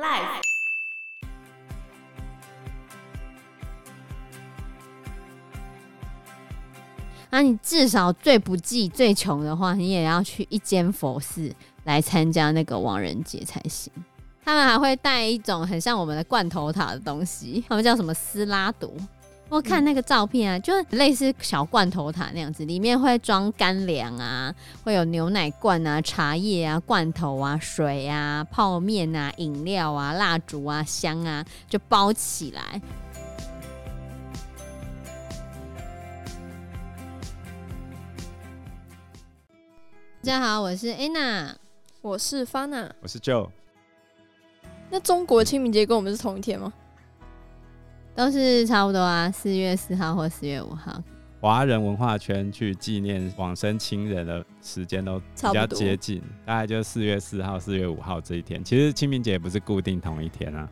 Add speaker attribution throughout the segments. Speaker 1: Life。
Speaker 2: 那、你至少最不济、最穷的话，你也要去一间佛寺来参加那个亡人节才行。他们还会带一种很像我们的罐头塔的东西，他们叫什么斯拉朵。我看那个照片啊，就是类似小罐头塔那样子，里面会装干粮啊，会有牛奶罐啊、茶叶啊、罐头啊、水啊、泡面啊、饮料啊、蜡烛啊、香啊，就包起来。大家好，我是 Anna。
Speaker 3: 我是 Fana。
Speaker 4: 我是 Joe，
Speaker 3: 那中国清明节跟我们是同一天吗？
Speaker 2: 都是差不多啊，四月四号或四月五号。
Speaker 4: 华人文化圈去纪念往生亲人的时间都比
Speaker 3: 差
Speaker 4: 较
Speaker 3: 不多
Speaker 4: 接近，大概就四月四号、四月五号这一天。其实清明节也不是固定同一天啊，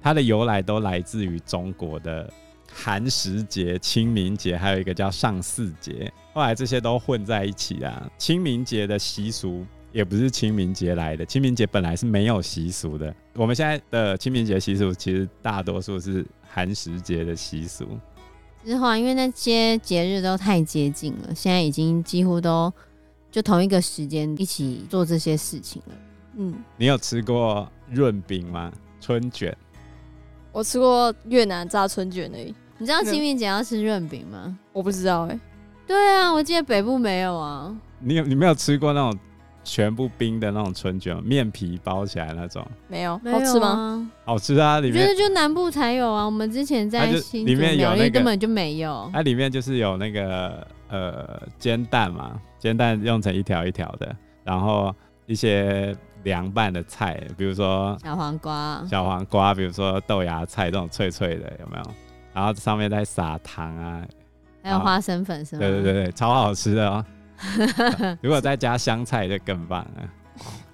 Speaker 4: 它的由来都来自于中国的寒食节、清明节，还有一个叫上巳节，后来这些都混在一起啊。清明节的习俗。也不是清明节来的，清明节本来是没有习俗的。我们现在的清明节习俗其实大多数是寒食节的习俗，
Speaker 2: 之后啊，因为那些节日都太接近了，现在已经几乎都就同一个时间一起做这些事情了。
Speaker 3: 嗯，
Speaker 4: 你有吃过润饼吗？春卷
Speaker 3: 我吃过越南炸春卷而已，
Speaker 2: 你知道
Speaker 3: 那
Speaker 2: 清明节要吃润饼吗？
Speaker 3: 我不知道哎、
Speaker 2: 对啊，我记得北部没有啊。
Speaker 4: 你有你没有吃过那种全部冰的那种春卷吗，面皮包起来那种，
Speaker 3: 没有，
Speaker 2: 没有
Speaker 3: 好
Speaker 2: 啊
Speaker 3: 吃吗？？
Speaker 4: 好吃啊！里
Speaker 2: 我觉得
Speaker 4: 面
Speaker 2: 就南部才有啊，我们之前在
Speaker 4: 它就
Speaker 2: 新竹
Speaker 4: 里面有
Speaker 2: 苗栗
Speaker 4: 那个
Speaker 2: 根本就没有。
Speaker 4: 啊它里面就是有那个呃煎蛋嘛，煎蛋用成一条一条的，然后一些凉拌的菜，比如说
Speaker 2: 小黄瓜，
Speaker 4: 小黄瓜，比如说豆芽菜这种脆脆的，有没有？然后上面再撒糖啊，
Speaker 2: 还有花生粉是吗？
Speaker 4: 对啊对对对，超好吃的 哦！如果再加香菜就更棒了。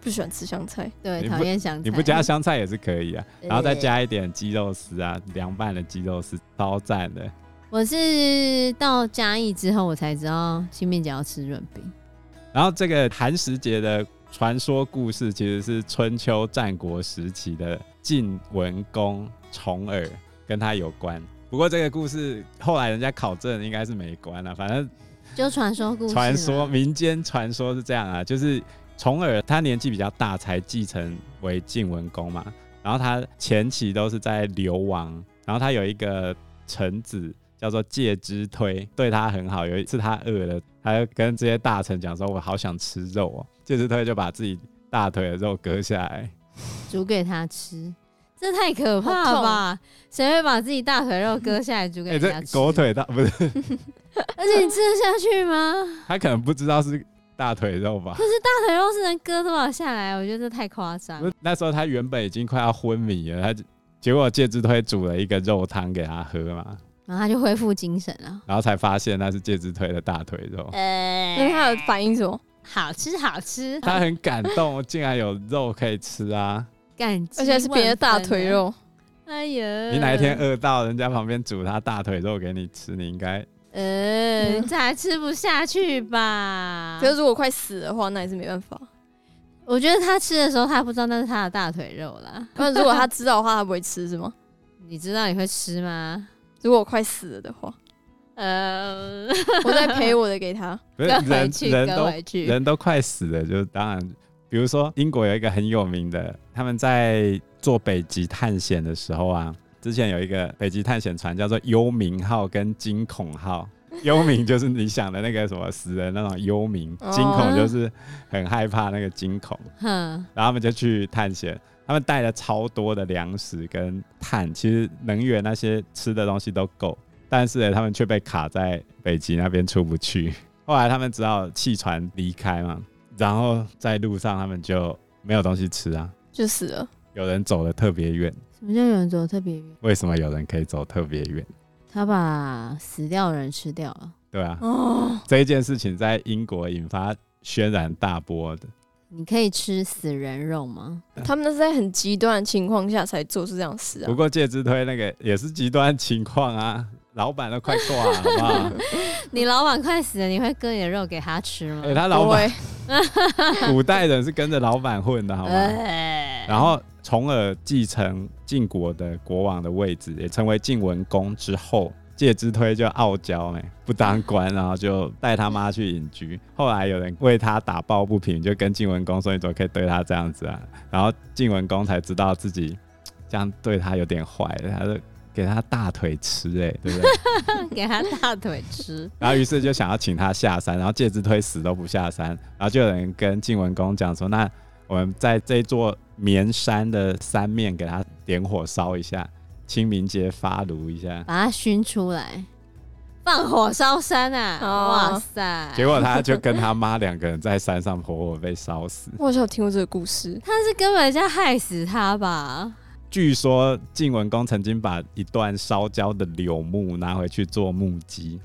Speaker 3: 不喜欢吃香菜，
Speaker 2: 对
Speaker 4: 你不
Speaker 2: 讨厌香菜。
Speaker 4: 你不加香菜也是可以啊，然后再加一点鸡肉丝啊，凉拌的鸡肉丝，超赞的。
Speaker 2: 我是到嘉义之后，我才知道清明节要吃润饼。
Speaker 4: 然后这个寒食节的传说故事其实是春秋战国时期的晋文公重耳跟他有关。不过这个故事后来人家考证应该是没关了、反正
Speaker 2: 就传说故事嘛，啊
Speaker 4: 传说民间传说是这样啊，就是重耳他年纪比较大才继承为晋文公嘛，然后他前期都是在流亡，然后他有一个臣子叫做介之推，对他很好。有一次他饿了，他就跟这些大臣讲说：“我好想吃肉哦。”介之推就把自己大腿的肉割下来，
Speaker 2: 煮给他吃，这太可怕了吧？谁会把自己大腿肉割下来煮
Speaker 4: 哎、
Speaker 2: 给人
Speaker 4: 这
Speaker 2: 家吃？
Speaker 4: 狗，腿大不是？
Speaker 2: 而且你吃得下去吗？
Speaker 4: 他可能不知道是大腿肉吧
Speaker 2: 可？是大腿肉是能割多少下来？我觉得这太夸张
Speaker 4: 不。是那时候他原本已经快要昏迷了，他就结果介之推煮了一个肉汤给他喝嘛。
Speaker 2: 然后他就恢复精神了，
Speaker 4: 然后才发现那是介之推的大腿肉，
Speaker 3: 那
Speaker 2: 呃，
Speaker 3: 它的反应是什么？
Speaker 2: 好吃好吃，
Speaker 4: 他很感动，竟然有肉可以吃啊！
Speaker 2: 感激，
Speaker 3: 而且还是别人的大腿。肉，
Speaker 2: 哎呀，
Speaker 4: 你哪一天？饿到人家旁边煮他大腿肉给你吃，你应该
Speaker 2: 呃， 你这还吃不下去吧？
Speaker 3: 可是如果快死的话，那也是没办 法。
Speaker 2: 我觉得他吃的时候，他不知道那是他的大腿肉啦。
Speaker 3: 那如果他知道的话，他不会吃是吗？
Speaker 2: 你知道你会吃吗？
Speaker 3: 如果我快死了的话，
Speaker 2: 呃，
Speaker 3: 我再赔我的给 他。
Speaker 4: 不是
Speaker 2: 割回
Speaker 4: 人
Speaker 2: 去，
Speaker 4: 人
Speaker 2: 割
Speaker 4: 都
Speaker 2: 回去。
Speaker 4: 人都快死了，就当然，比如说英国有一个很有名的，他们在做北极探险的时候啊，之前有一个北极探险船叫做幽冥号跟惊恐 号。幽冥就是你想的那个什么死人那种幽冥，
Speaker 3: 哦
Speaker 4: 惊恐就是很害怕那个惊恐。
Speaker 2: 哼，
Speaker 4: 然后他们就去探险，他们带了超多的粮食跟碳，其实能源那些吃的东西都够，但是呢，他们却被卡在北极那边出不去。 后来他们只好弃船离开嘛，然后在路上他们就没有东西吃啊。
Speaker 3: 就死了，
Speaker 4: 有人走得特别远，
Speaker 2: 什么叫有人走特别远？
Speaker 4: 为什么有人可以走特别远？
Speaker 2: 他把死掉的人吃掉了。
Speaker 4: 对啊，
Speaker 3: 哦，
Speaker 4: 这一件事情在英国引发轩然大波的。
Speaker 2: 你可以吃死人肉吗？
Speaker 3: 他们那是在很极端的情况下才做出这样的事啊
Speaker 4: 不。过介之推那个也是极端情况啊，老板都快挂了，好不好？
Speaker 2: 你老板快死了，你会割你的肉给他吃吗？
Speaker 4: 哎、他老
Speaker 3: 不
Speaker 4: 板
Speaker 3: 会，
Speaker 4: 古代人是跟着老板混的，好吗？
Speaker 2: 哎
Speaker 4: 然后从而继承晋国的国王的位置，也成为晋文公之后，介之推就傲娇哎、不当官，然后就带他妈去隐居。后来有人为他打抱不平，就跟晋文公说：“你怎么可以对他这样子啊？”然后晋文公才知道自己这样对他有点坏，他就给他大腿吃哎、对不对？
Speaker 2: 给他大腿吃，
Speaker 4: 然后于是就想要请他下山，然后介之推死都不下山，然后就有人跟晋文公讲说，那我们在这座绵山的山面给他点火烧一下，清明节发炉一下。
Speaker 2: 把他熏出来，放火烧山啊！
Speaker 3: 哦
Speaker 2: 哇塞，
Speaker 4: 结果他就跟他妈两个人在山上活活被烧死。
Speaker 3: 我好像有听过这个故事，
Speaker 2: 他是根本要害死他吧？
Speaker 4: 据说晋文公曾经把一段烧焦的柳木拿回去做木屐，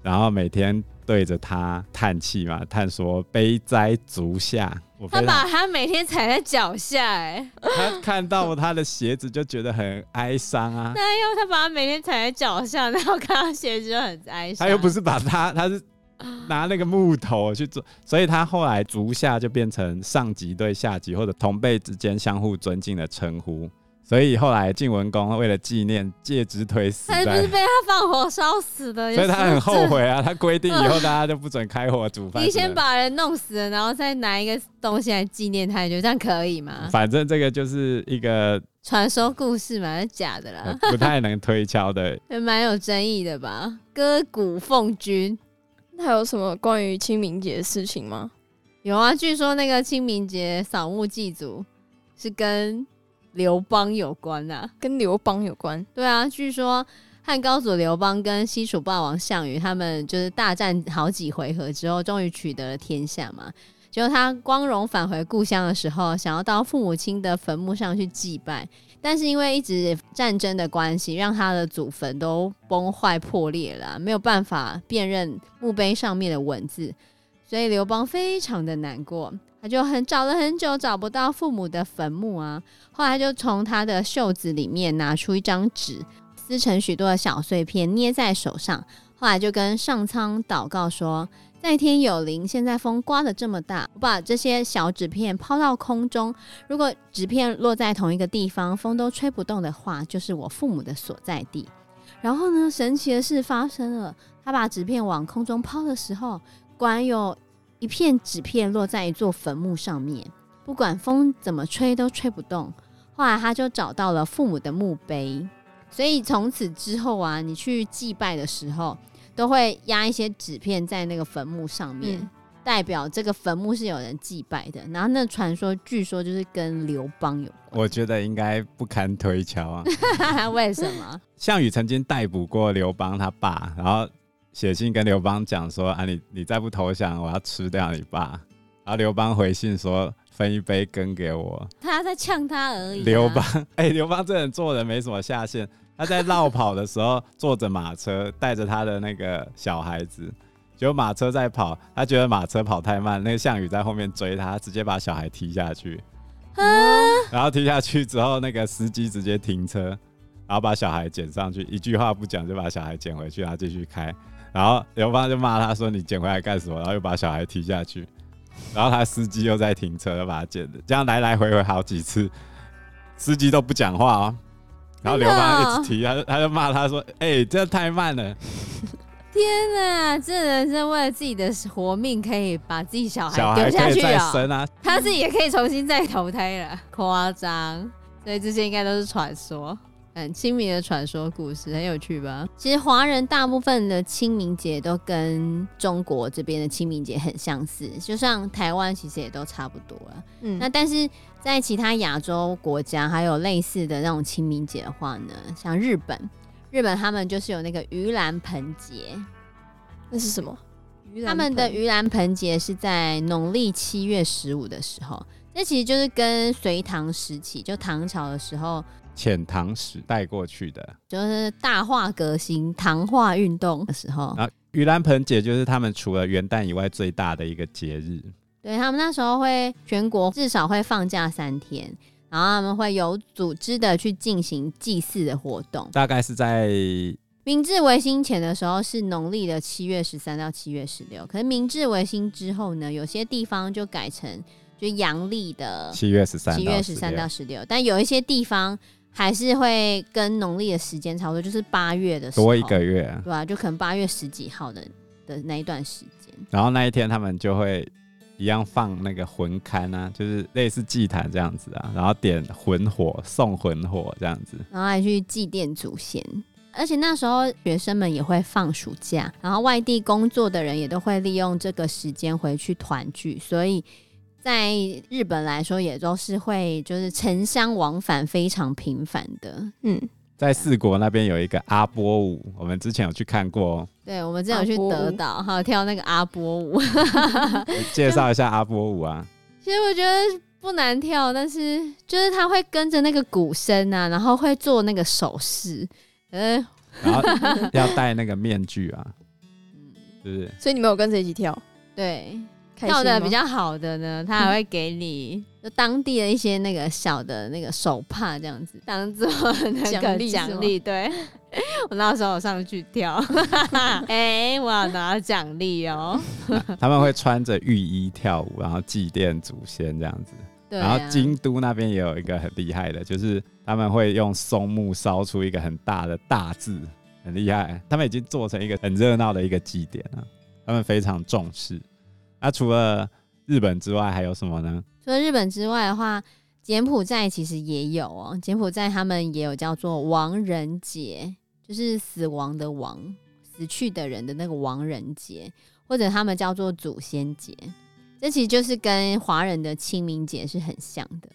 Speaker 4: 然后每天对着它叹气嘛，叹说悲哉足下。我
Speaker 2: 他
Speaker 4: 非常
Speaker 2: 把他每天踩在脚下、哎，
Speaker 4: 他看到他的鞋子就觉得很哀伤啊。
Speaker 2: 那要他把他每天踩在脚下，然后看到鞋子就很哀伤。
Speaker 4: 他又不是把他，他是
Speaker 2: 啊
Speaker 4: 拿那个木头去做，所以他后来足下就变成上级对下级或者同辈之间相互尊敬的称呼。所以后来晋文公为了纪念介之推死
Speaker 2: 他是不
Speaker 4: 在
Speaker 2: 是，被他放火烧死的？
Speaker 4: 所以他很后
Speaker 2: 就是
Speaker 4: 悔啊。他规定以后大家就不准开火煮
Speaker 2: 这。
Speaker 4: 饭。
Speaker 2: 你 先。把人弄死了，然后再拿一个东西来纪念他，你觉得这样可以吗？
Speaker 4: 反正这个就是一个
Speaker 2: 传说故事嘛，是假的
Speaker 4: 呃
Speaker 2: 啦，
Speaker 4: 不太能推敲 的，
Speaker 2: 也蛮有争议的吧？割骨奉君
Speaker 3: 那还有什么关于清明节的事情吗？
Speaker 2: 有啊，据说那个清明节扫墓祭祖是跟刘邦有关啊。
Speaker 3: 跟刘邦有关？
Speaker 2: 对啊，据说汉高祖刘邦跟西楚霸王项羽他们就是大战好几回合之后，终于取得了天下嘛。结果他光荣返回故乡的时候，想要到父母亲的坟墓上去祭拜，但是因为一直战争的关系，让他的祖坟都崩坏破裂了啊、没有办法辨认墓碑上面的文字，所以刘邦非常的难过，他就很找了很久找不到父母的坟墓啊，后来就从他的袖子里面拿出一张纸，撕成许多的小碎片，捏在手上。后来就跟上苍祷告说：“在天有灵，现在风刮得这么大，我把这些小纸片抛到空中，如果纸片落在同一个地方，风都吹不动的话，就是我父母的所在地。”然后呢，神奇的事发生了，他把纸片往空中抛的时候，果然有一片纸片落在一座坟墓上面，不管风怎么吹都吹不动。后来他就找到了父母的墓碑，所以从此之后啊，你去祭拜的时候，都会压一些纸片在那个坟墓上面，
Speaker 3: 嗯
Speaker 2: 代表这个坟墓是有人祭拜的。然后那传说据说就是跟刘邦有
Speaker 4: 我觉得应该不堪推敲啊。
Speaker 2: 关， 为什么？
Speaker 4: 项羽曾经逮捕过刘邦他爸，然后写信跟刘邦讲说：“啊，你你再不投降，我要吃掉你爸。”然后刘邦回信说：“分一杯羹给我。
Speaker 2: 他在呛他而已、啊。
Speaker 4: 刘邦， 哎、刘邦这人做人没什么下限。他在绕跑的时候坐着马车，带着他的那个小孩子，结果马车在跑，他觉得马车跑太慢，那个项羽在后面追他，他直接把小孩踢下去。
Speaker 2: 啊，
Speaker 4: 然后踢下去之后，那个司机直接停车，然后把小孩捡上去，一句话不讲就把小孩捡回去，然后继续开。然后刘邦就骂他说：“你捡回来干什么？”然后又把小孩踢下去，然后他司机又在停车，又把他捡的，这样来来回回好几次，司机都不讲话哦。然后刘邦一直踢，
Speaker 2: 啊
Speaker 4: 他就他就骂他说：“哎、这样太慢了，
Speaker 2: 天哪！这人是为了自啊己的活命，可以把自己小
Speaker 4: 小
Speaker 2: 孩
Speaker 4: 孩
Speaker 2: 丢下
Speaker 4: 可以
Speaker 2: 去
Speaker 4: 再
Speaker 2: 啊、
Speaker 4: 生啊。
Speaker 2: 他自己也可以重新再投胎了，夸张。所以这些应该都是传说，很亲民的传说故事，很有趣吧？其实华人大部分的清明节都跟中国这边的清明节很相似，就像台湾其实也都差不多了。
Speaker 3: 嗯，
Speaker 2: 那但是在其他亚洲国家还有类似的那种清明节的话呢，像日本，日本他们就是有那个盂兰盆节，
Speaker 3: 那是什么？盂兰
Speaker 2: 他们的
Speaker 3: 盆
Speaker 2: 盂兰盆节是在农历七月十五的时候，这其实就是跟隋唐时期，就唐朝的时候，”
Speaker 4: 遣唐使带过去的，
Speaker 2: 就是大化革新、唐化运动的时候，
Speaker 4: 啊，盂兰盆节就是他们除了元旦以外最大的一个节日。
Speaker 2: 对他们那时候会全国至少会放假三天，然后他们会有组织的去进行祭祀的活动。
Speaker 4: 大概是在
Speaker 2: 明治维新前的时候是农历的七月十三到七月十六，可是明治维新之后呢，有些地方就改成就阳历的
Speaker 4: 七月十三，
Speaker 2: 七月十三到十六，但有一些地方还是会跟农历的时间差不多，就是八月的时候
Speaker 4: 多一个月啊，
Speaker 2: 对吧、就可能八月十几号的的那一段时间，
Speaker 4: 然后那一天他们就会一样放那个魂龛啊，就是类似祭坛这样子啊，然后点魂火送魂火这样子。
Speaker 2: 然后还去祭奠祖先。而且那时候学生们也会放暑假，然后外地工作的人也都会利用这个时间回去团聚，所以在日本来说也都是会就是城乡往返非常频繁的。
Speaker 3: 嗯，
Speaker 4: 在四国那边有一个阿波舞，我们之前有去看过、哦，
Speaker 2: 对，我们之前有去
Speaker 3: 阿波舞
Speaker 2: 德岛，还有跳那个阿波舞，
Speaker 4: 介绍一下阿波舞啊。
Speaker 2: 其实我觉得不难跳，但是就是他会跟着那个鼓声啊，然后会做那个手势，呃，
Speaker 4: 然后要戴那个面具啊，是不是？
Speaker 3: 所以你们有跟着一起跳，
Speaker 2: 对，
Speaker 3: 开
Speaker 2: 跳的
Speaker 3: 心吗
Speaker 2: 比较好的呢，他还 会给你就当地的一些那个小的那个手帕这样子当做那
Speaker 3: 奖
Speaker 2: 个
Speaker 3: 励
Speaker 2: 奖励。对， 我那时候有上去 跳，哎、我要拿奖励哦。
Speaker 4: 他们会穿着浴衣跳舞，然后祭奠祖先这样子。
Speaker 2: 对、
Speaker 4: 然
Speaker 2: 啊，
Speaker 4: 后京都那边也有一个很厉害的，就是他们会用松木烧出一个很大的大字，很厉害。他们已经做成一个很热闹的一个祭典了，他们非常重视。那除了日本之外，还有什么呢？
Speaker 2: 除了日本之外的话，柬埔寨其实也有哦。柬埔寨他们也有叫做亡人节，就是死亡的亡，死去的人的那个亡人节，或者他们叫做祖先节。这其实就是跟华人的清明节是很像的。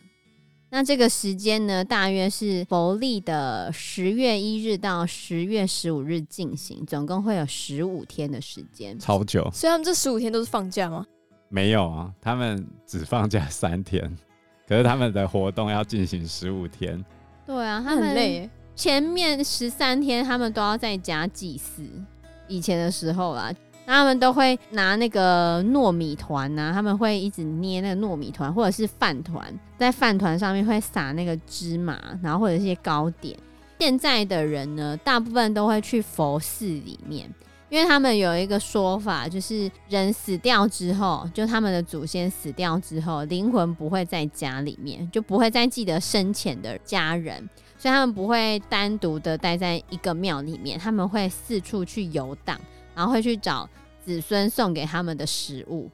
Speaker 2: 那这个时间呢，大约是佛历的十月一日到十月十五日进行，总共会有十五天的时间。
Speaker 4: 超久
Speaker 3: 所以他们这十五天都是放假吗？
Speaker 4: 没有啊，他们只放假三天，可是他们的活动要进行十五天，
Speaker 2: 对啊，他
Speaker 3: 那
Speaker 2: 们
Speaker 3: 很累耶，
Speaker 2: 前面十三天他们都要在家祭祀，以前的时候啦，那他们都会拿那个糯米团呐、他们会一直捏那个糯米团或者是饭团，在饭团上面会撒那个芝麻，然后或者是一些糕点。现在的人呢，大部分都会去佛寺里面。因为他们有一个说法，就是人死掉之后，就他们的祖先死掉之后，灵魂不会在家里面，就不会再记得生前的家人，所以他们不会单独的待在一个庙里面，他们会四处去游荡，然后会去找子孙送给他们的食物。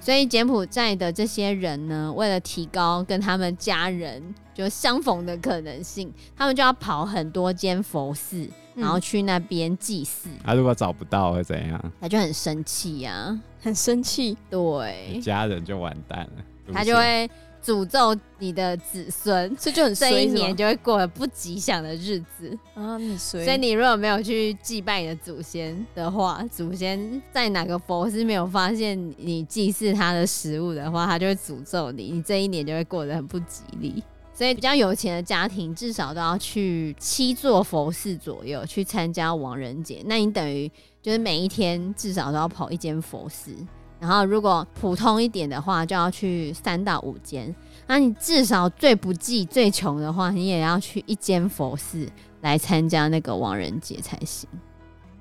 Speaker 2: 所以柬埔寨的这些人呢，为了提高跟他们家人就相逢的可能性，他们就要跑很多间佛寺，然后
Speaker 3: 嗯
Speaker 2: 去那边祭祀，
Speaker 4: 啊，如果找不到会怎样？
Speaker 2: 他就很生气呀、啊，
Speaker 3: 很生气，
Speaker 4: 你
Speaker 2: 对，
Speaker 4: 家人就完蛋了，是不
Speaker 2: 他
Speaker 4: 是
Speaker 2: 就会诅咒你的子孙，
Speaker 3: 所以就很
Speaker 2: 这
Speaker 3: 衰
Speaker 2: 一
Speaker 3: 是吗
Speaker 2: 年就会过得不吉祥的日子。
Speaker 3: 啊，你衰，
Speaker 2: 所以你如果没有去祭拜你的祖先的话，祖先在哪个佛寺没有发现你祭祀他的食物的话，他就会诅咒你，你这一年就会过得很不吉利。所以比较有钱的家庭，至少都要去七座佛寺左右去参加亡人节。那你等于就是每一天至少都要跑一间佛寺，然后如果普通一点的话，就要去三到五间。那你至少最不济、最穷的话，你也要去一间佛寺，来参加那个亡人节才行。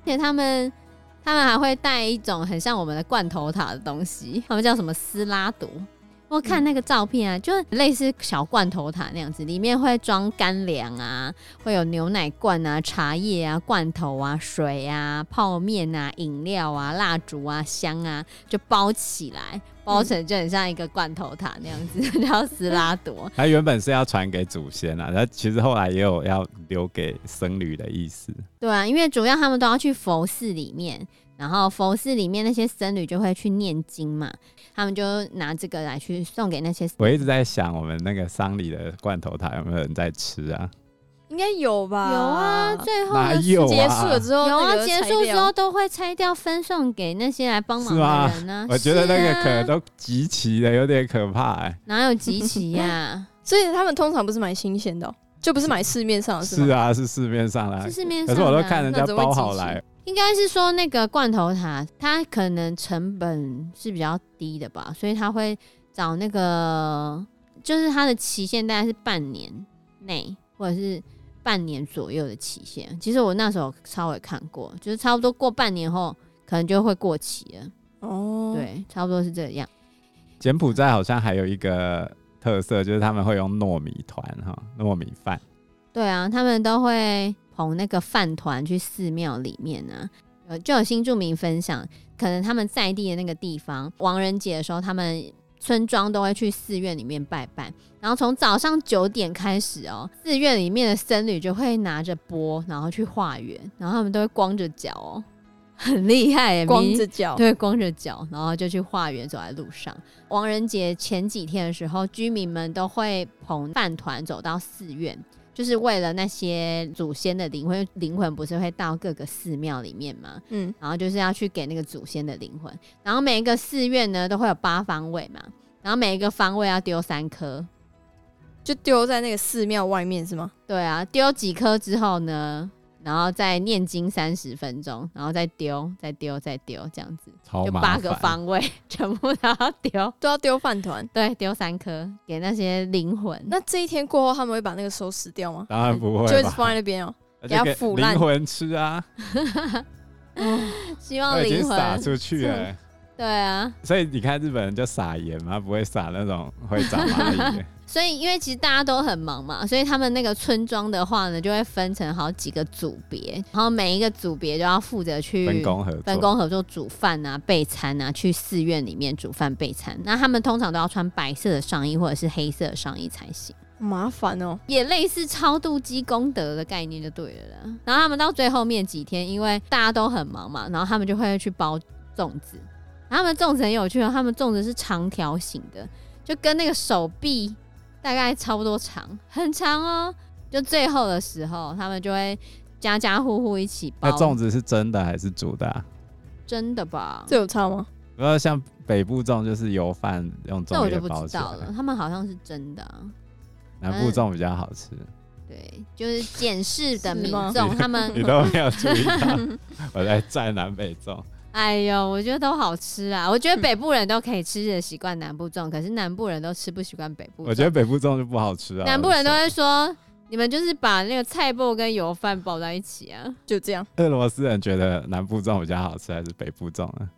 Speaker 2: 而且他们他们还会带一种很像我们的罐头塔的东西，他们叫什么斯拉朵。我看那个照片啊，就类似小罐头塔那样子，里面会装干粮啊，会有牛奶罐啊、茶叶啊、罐头啊、水啊、泡面啊、饮料啊、蜡烛啊、香啊，就包起来，包成就很像一个罐头塔那样子， 叫斯拉朵。
Speaker 4: 他原本是要传给祖先啊，他其实后来也有要留给僧侣的意思。
Speaker 2: 对啊，因为主要他们都要去佛寺里面，然后佛寺里面那些僧侣就会去念经嘛，他们就拿这个来去送给那些
Speaker 4: 我一直在想，我们那个丧礼的罐头塔有没有人在吃啊？
Speaker 3: 应该有
Speaker 2: 有
Speaker 3: 吧？
Speaker 2: 啊，最后
Speaker 4: 哪
Speaker 2: 的
Speaker 4: 有
Speaker 3: 结束了
Speaker 4: 啊？
Speaker 3: 之后，
Speaker 2: 有
Speaker 3: 那
Speaker 2: 啊，
Speaker 3: 个
Speaker 2: 结
Speaker 3: 材
Speaker 2: 束之
Speaker 3: 料
Speaker 2: 后都会拆掉分送给那些来帮忙
Speaker 4: 是吗
Speaker 2: 的人呢、
Speaker 4: 我觉得那
Speaker 2: 是
Speaker 4: 个可
Speaker 2: 啊
Speaker 4: 能都集齐了，有点可怕哎、
Speaker 2: 哪有集齐呀、
Speaker 3: 所以他们通常不是买新鲜的哦、就不是买市面上的
Speaker 4: 是
Speaker 3: 吗？
Speaker 4: 啊，是市面上啦
Speaker 2: 哦是。市面
Speaker 4: 可
Speaker 2: 上、啊，
Speaker 4: 是我都看人家
Speaker 3: 那怎么会
Speaker 4: 包好
Speaker 3: 集齐
Speaker 4: 来，
Speaker 2: 应该是说那个罐头塔，它可能成本是比较低的吧，所以他会找那个，就是它的期限大概是半年内或者是半年左右的期限。其实我那时候稍微看过，就是差不多过半年后可能就会过期了，
Speaker 3: 哦，
Speaker 2: 对，差不多是这样。
Speaker 4: 柬埔寨好像还有一个特色，就是他们会用糯米团哈，糯米饭。
Speaker 2: 对啊，他们都会捧那个饭团去寺庙里面呢、有就有新住民分享，可能他们在地的那个地方，亡人节的时候，他们村庄都会去寺院里面拜拜。然后从早上九点开始哦，寺院里面的僧侣就会拿着钵，然后去化缘，然后他们都会光着脚哦，很厉害耶，
Speaker 3: 光
Speaker 2: 明
Speaker 3: 着脚，
Speaker 2: 对，光着脚，然后就去化缘，走在路上。亡人节前几天的时候，居民们都会捧饭团走到寺院，就是为了那些祖先的灵魂。灵魂不是会到各个寺庙里面吗？
Speaker 3: 嗯，
Speaker 2: 然后就是要去给那个祖先的灵魂。然后每一个寺院呢，都会有八方位嘛，然后每一个方位要丢三颗。
Speaker 3: 就丢在那个寺庙外面是吗？
Speaker 2: 对啊，丢几颗之后呢，然后再念经三十分钟，然后再丢，再丢，再丢，这样子。
Speaker 4: 超
Speaker 2: 有
Speaker 4: 麻
Speaker 2: 八
Speaker 4: 烦。
Speaker 2: 个方位， 全部都要丢。
Speaker 3: 都要丢饭团。
Speaker 4: 嗯
Speaker 2: 对，丢三颗给那些灵魂。
Speaker 3: 那这一天过后，他们会把那个收拾掉吗？
Speaker 4: 当然不会
Speaker 3: 就一直
Speaker 4: 吧，
Speaker 3: 放在那边哦、
Speaker 4: 而
Speaker 3: 给它
Speaker 4: 且
Speaker 3: 腐
Speaker 4: 给
Speaker 3: 烂
Speaker 4: 灵魂吃啊，
Speaker 2: 希望
Speaker 4: 都已经
Speaker 2: 哦灵
Speaker 4: 撒
Speaker 2: 魂。
Speaker 4: 出去了。
Speaker 2: 对啊，
Speaker 4: 所以你看日本人就撒盐嘛，不会撒那种会长 蚂蚁的。
Speaker 2: 所以因为其实大家都很忙嘛，所以他们那个村庄的话呢，就会分成好几个组别，然后每一个组别就要负责去
Speaker 4: 分工合作，
Speaker 2: 分工合作煮饭啊、备餐啊，去寺院里面煮饭备餐。那他们通常都要穿白色的上衣或者是黑色的上衣才行。
Speaker 3: 麻烦哦、
Speaker 2: 也类似超度积功德的概念就对了啦。然后他们到最后面几天，因为大家都很忙嘛，然后他们就会去包粽子。然后他们粽子很有趣哦，他们粽子是长条形的，就跟那个手臂大概差不多长，很长哦。就最后的时候，他们就会家家户户一起包
Speaker 4: 那粽子是真的还是煮的、啊？
Speaker 2: 真的吧？
Speaker 3: 这有差吗？
Speaker 4: 不要像北部粽就是油饭用
Speaker 2: 那
Speaker 4: 粽
Speaker 2: 我
Speaker 4: 叶
Speaker 2: 就不
Speaker 4: 包
Speaker 2: 知
Speaker 4: 起来
Speaker 2: 道了，，他们好像是真的啊、
Speaker 4: 南部粽比较好吃。
Speaker 2: 嗯对，就是简氏的
Speaker 3: 是
Speaker 2: 民
Speaker 3: 吗
Speaker 2: 众，他们
Speaker 4: 你都没有注意到，我在站 南北粽。
Speaker 2: 哎呦，我觉得都好吃啊！我
Speaker 3: 嗯
Speaker 2: 觉得北部人都可以吃得习惯南部粽，可是南部人都吃不习惯北部粽。
Speaker 4: 我觉得北部粽就不好吃啊。
Speaker 2: 南部人都会说，你们就是把那个菜脯跟油饭包在一起啊。
Speaker 3: 就这样，
Speaker 4: 俄罗斯人觉得南部粽比较好吃，还是北部粽啊呢？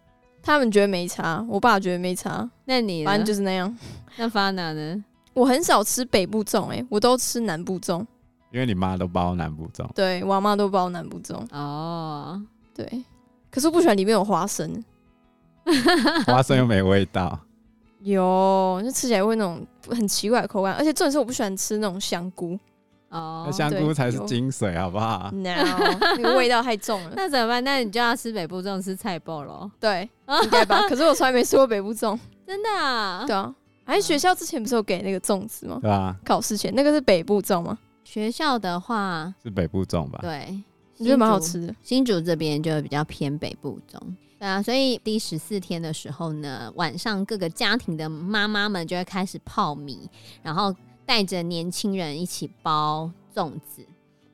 Speaker 3: 他们觉得没差，我爸觉得没差，
Speaker 2: 那你
Speaker 3: 反
Speaker 2: 呢
Speaker 3: 正？就是那样。
Speaker 2: 那 Fana 呢？
Speaker 3: 我很少吃北部粽、欸，我都吃南部粽。
Speaker 4: 因为你妈都包南部 粽，
Speaker 3: 对我阿妈都包南部粽，
Speaker 2: 哦，
Speaker 3: 对。可是我不喜欢里面有花生，
Speaker 4: 花生又没味道，
Speaker 3: 有就吃起来会那种很奇怪的口感，而且重点是我不喜欢吃那种香菇
Speaker 2: 哦
Speaker 4: 那，香菇
Speaker 3: 对
Speaker 4: 才是
Speaker 3: 有
Speaker 4: 精髓，好不好？
Speaker 3: ，no，那个味道太重了。
Speaker 2: 那怎么办？那你就要吃北部粽，吃菜脯喽。
Speaker 3: 对，应该 吧？可是我从来没吃过北部粽，
Speaker 2: 真的、啊？
Speaker 3: 对啊。哎，学校之前不是有给那个粽子吗？
Speaker 4: 对吧？
Speaker 3: 考试前那个是北部粽吗？
Speaker 2: 学校的话，
Speaker 4: 是北部粽吧？
Speaker 2: 对，
Speaker 3: 我觉得蛮好吃的。
Speaker 2: 新竹这边就比较偏北部中。对啊，所以第十四天的时候呢，晚上各个家庭的妈妈们就会开始泡米，然后带着年轻人一起包粽子。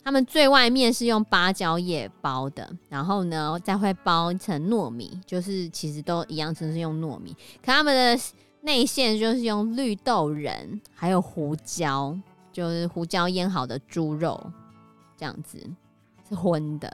Speaker 2: 他们最外面是用芭蕉叶包的，然后呢再会包一层糯米，就是其实都一样，只是用糯米。可他们的内馅就是用绿豆仁，还有胡椒，就是胡椒腌好的猪肉，这样子是荤的。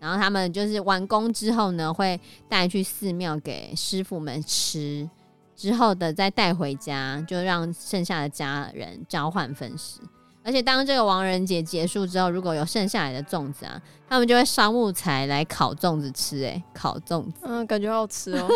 Speaker 2: 然后他们就是完工之后呢，会带去寺庙给师傅们吃，之后的再带回家，就让剩下的家人交换分食。而且当这个亡人节结束之后，如果有剩下来的粽子啊，他们就会烧木材来烤粽子吃、欸。哎，烤粽子，
Speaker 3: 嗯，感觉好好吃 哦。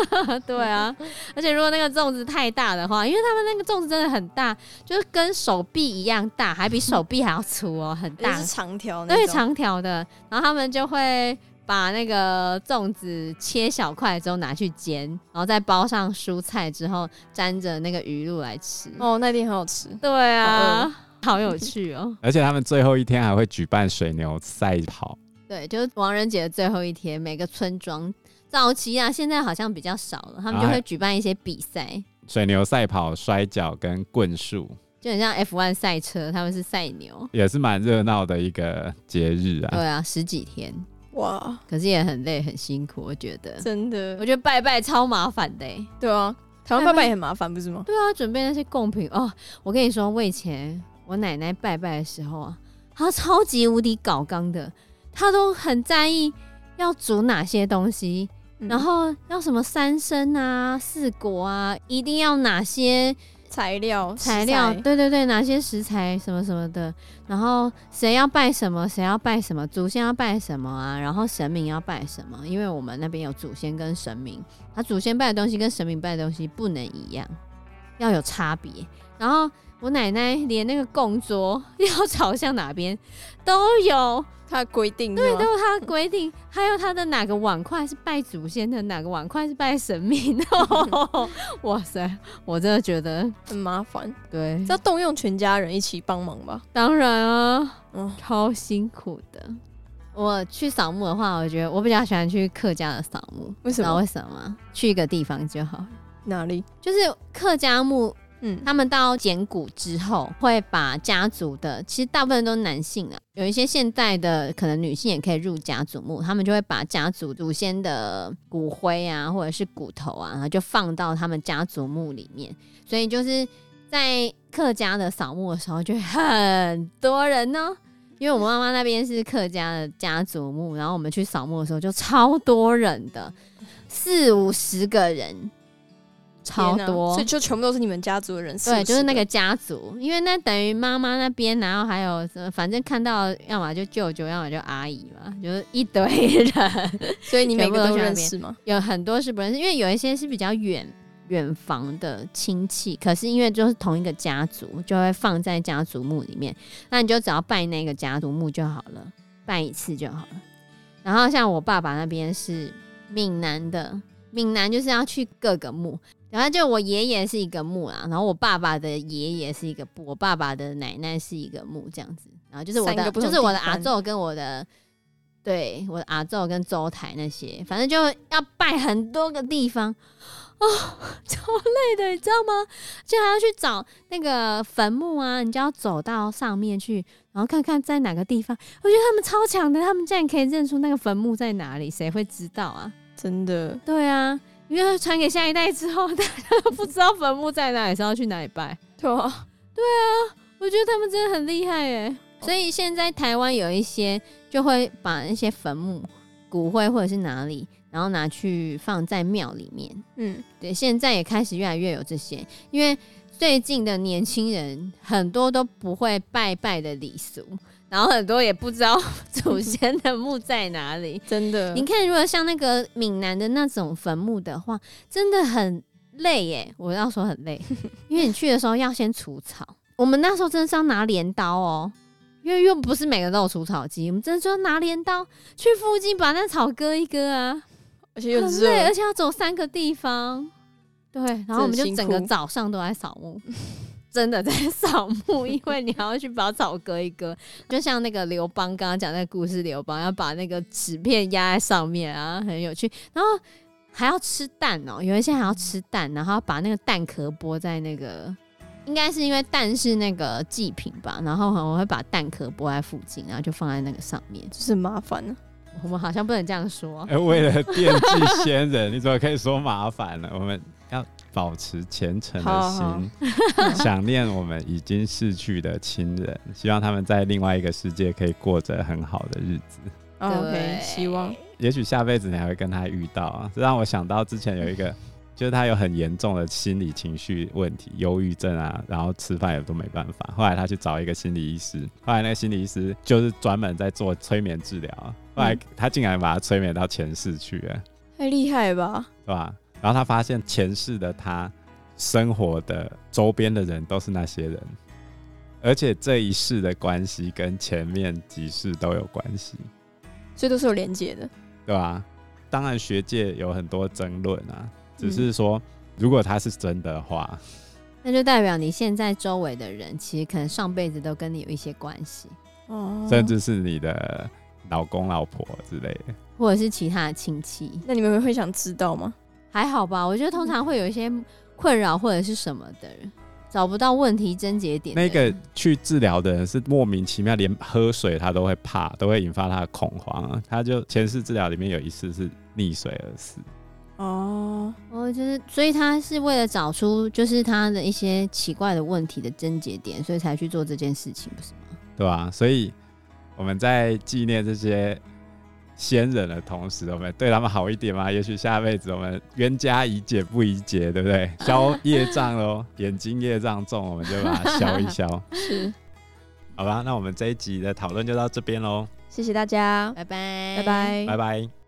Speaker 2: 对啊。而且如果那个粽子太大的话，因为他们那个粽子真的很大，就是跟手臂一样大，还比手臂还要粗哦，很
Speaker 3: 那
Speaker 2: 大
Speaker 3: 是长条那
Speaker 2: 对，
Speaker 3: 种，
Speaker 2: 长条的。然后他们就会把那个粽子切小块之后拿去煎，然后再包上蔬菜之后沾着那个鱼露来吃。
Speaker 3: 哦，那一定很好吃。
Speaker 2: 对
Speaker 3: 啊
Speaker 2: 啊， 好有趣哦。
Speaker 4: 而且他们最后一天还会举办水牛赛跑，
Speaker 2: 对，就是亡人节的最后一天，每个村庄早期啊，现在好像比较少了，他们就
Speaker 4: 哎
Speaker 2: 会举办一些比赛，
Speaker 4: 水牛赛跑、摔跤跟棍术
Speaker 2: 就很像 F1 赛车，他们是赛牛。
Speaker 4: 也是蛮热闹的一个节日啊。
Speaker 2: 对啊，十几天，
Speaker 3: 哇，
Speaker 2: 可是也很累很辛苦，我觉得。
Speaker 3: 真的
Speaker 2: 我，觉得拜拜超麻烦的、欸。
Speaker 3: 对啊，台湾
Speaker 2: 拜
Speaker 3: 拜
Speaker 2: 拜
Speaker 3: 拜也很麻烦，不是吗？
Speaker 2: 对啊，准备那些贡品哦。我跟你说，我以前我奶奶拜拜的时候啊，她超级无敌搞纲的，她都很在意要煮哪些东西，
Speaker 3: 嗯
Speaker 2: 然后要什么三生啊、四果啊，一定要哪些
Speaker 3: 材料
Speaker 2: 材料？
Speaker 3: 食材
Speaker 2: 对对对，哪些食材什么什么的。然后谁要拜什么，谁要拜什么，祖先要拜什么啊？然后神明要拜什么？因为我们那边有祖先跟神明，他祖先拜的东西跟神明拜的东西不能一样，要有差别。然后我奶奶连那个供桌要朝向哪边都有。
Speaker 3: 它的规定
Speaker 2: 对，
Speaker 3: 对
Speaker 2: 都有它的规定，还有它的哪个碗筷是拜祖先的，哪个碗筷是拜神明的。 哇塞，我真的觉得
Speaker 3: 很麻烦，
Speaker 2: 对，
Speaker 3: 要动用全家人一起帮忙吧。
Speaker 2: 当然啊，
Speaker 3: 嗯，
Speaker 2: 超辛苦的。我去扫墓的话，我觉得我比较喜欢去客家的扫墓，
Speaker 3: 为什
Speaker 2: 知
Speaker 3: 么
Speaker 2: 道为什么吗？去一个地方就好了，
Speaker 3: 哪里？
Speaker 2: 就是客家墓
Speaker 3: 嗯，
Speaker 2: 他们到剪骨之后，会把家族的，其实大部分都是男性啊，有一些现代的可能女性也可以入家族墓，他们就会把家族祖先的骨灰啊，或者是骨头啊，然后就放到他们家族墓里面，所以就是在客家的扫墓的时候，就会很多人呢、因为我妈妈那边是客家的家族墓，然后我们去扫墓的时候就超多人的，四五十个人，超
Speaker 3: 天哪
Speaker 2: 多，
Speaker 3: 所以就全部都是你们家族的人。
Speaker 2: 对，
Speaker 3: 40
Speaker 2: 就是那个家族，因为那等于妈妈那边，然后还有什么，反正看到要么就舅舅，要么就阿姨嘛，就是一堆人，
Speaker 3: 所以你每
Speaker 2: 全部
Speaker 3: 个
Speaker 2: 都
Speaker 3: 都
Speaker 2: 去那
Speaker 3: 认
Speaker 2: 边
Speaker 3: 识吗？
Speaker 2: 有很多是不认识，因为有一些是比较远远房的亲戚，可是因为就是同一个家族，就会放在家族墓里面，那你就只要拜那个家族墓就好了，拜一次就好了。然后像我爸爸那边是闽南的，闽南就是要去各个墓，然后就我爷爷是一个墓啊，然后我爸爸的爷爷是一个墓，我爸爸的奶奶是一个墓，这样子。然后就是我
Speaker 3: 三
Speaker 2: 的，
Speaker 3: 个不
Speaker 2: 就
Speaker 3: 同
Speaker 2: 是我的
Speaker 3: 地
Speaker 2: 阿
Speaker 3: 方
Speaker 2: 昼跟我的，对，我的阿昼跟周台那些，反正就要拜很多个地方，哦， 超累的，你知道吗？就还要去找那个坟墓啊，你就要走到上面去，然后看看在哪个地方。我觉得他们超强的，他们竟然可以认出那个坟墓在哪里，谁会知道啊？
Speaker 3: 真的，
Speaker 2: 对啊，因为传给下一代之后，大家都不知道坟墓在哪里，是要去哪里拜。
Speaker 3: 对啊，
Speaker 2: 我觉得他们真的很厉害耶。所以现在台湾有一些就会把那些坟墓、骨灰或者是哪里，然后拿去放在庙里面。
Speaker 3: 嗯，
Speaker 2: 对，现在也开始越来越有这些，因为最近的年轻人很多都不会拜拜的礼俗，然后很多也不知道 祖先的墓在哪里。
Speaker 3: 真的
Speaker 2: 你。看，如果像那个闽南的那种坟墓的话，真的很累耶。我要说很累，因为你去的时候要先除草。我们那时候真的是要拿镰刀哦，因为又不是每个都有除草机，我们真的就要拿镰刀去附近把那草割一割啊，
Speaker 3: 而且又
Speaker 2: 很累，啊
Speaker 3: 热
Speaker 2: 而，且要走三个地方。对，然后我们就整个早上都在扫 墓。真的在扫墓，因为你还要去把草割一割，就像那个刘邦刚刚讲那个故事，刘邦要把那个纸片压在上面啊，很有趣。然后还要吃蛋哦、有一些还要吃蛋，然后要把那个蛋壳剥在那个，应该是因为蛋是那个祭品吧，然后我会把蛋壳剥在附近，然后就放在那个上面。
Speaker 3: 就是很麻烦呢。啊
Speaker 2: 我们好像不能这样说，
Speaker 4: 哎、为了惦记先人，你怎么可以说麻烦呢？我们要保持虔诚的
Speaker 3: 好
Speaker 4: 心，
Speaker 3: 好
Speaker 4: 想念我们已经逝去的亲人，希望他们在另外一个世界可以过着很好的日子。
Speaker 3: 啊 OK，
Speaker 2: 对
Speaker 3: 希望
Speaker 4: 也许下辈子你还会跟他遇到啊！这让我想到之前有一个，就是他有很严重的心理情绪问题，忧郁症啊，然后吃饭也都没办法。后来他去找一个心理医师，后来那个心理医师就是专门在做催眠治疗啊，后来
Speaker 3: 嗯
Speaker 4: 他竟然把他催眠到前世去了，
Speaker 3: 太厉害了吧？
Speaker 4: 对吧？然后他发现前世的他生活的周边的人都是那些人，而且这一世的关系跟前面几世都有关系。
Speaker 3: 所以都是有连接的。
Speaker 4: 对吧、当然，学界有很多争论啊，只是说、如果它是真的话，
Speaker 2: 那就代表你现在周围的人，其实可能上辈子都跟你有一些关系，
Speaker 3: 哦
Speaker 4: 甚至是你的老公、老婆之类的。
Speaker 2: 或者是其他的亲戚，
Speaker 3: 那你们会想知道吗？
Speaker 2: 还好吧？我觉得通常会有一些困扰或者是什么的人，找不到问题症结点的
Speaker 4: 那
Speaker 2: 人。
Speaker 4: 个去治疗的人是莫名其妙，连喝水他都会怕，都会引发他的恐慌啊。他就前世治疗里面有一次是溺水而死，
Speaker 3: 哦，
Speaker 2: 哦，就是所以他是为了找出就是他的一些奇怪的问题的症结点，所以才去做这件事情，不是吗？
Speaker 4: 对吧、所以我们在纪念这些先人的同时，我们对他们好一点嘛？也许下辈子我们冤家宜解不宜结，对不对？消业障喽， 眼睛业障重，我们就把它消一消。
Speaker 3: 是，
Speaker 4: 好吧，那我们这一集的讨论就到这边喽，
Speaker 3: 谢谢大家，
Speaker 2: 拜拜，
Speaker 3: 拜拜
Speaker 4: 拜拜。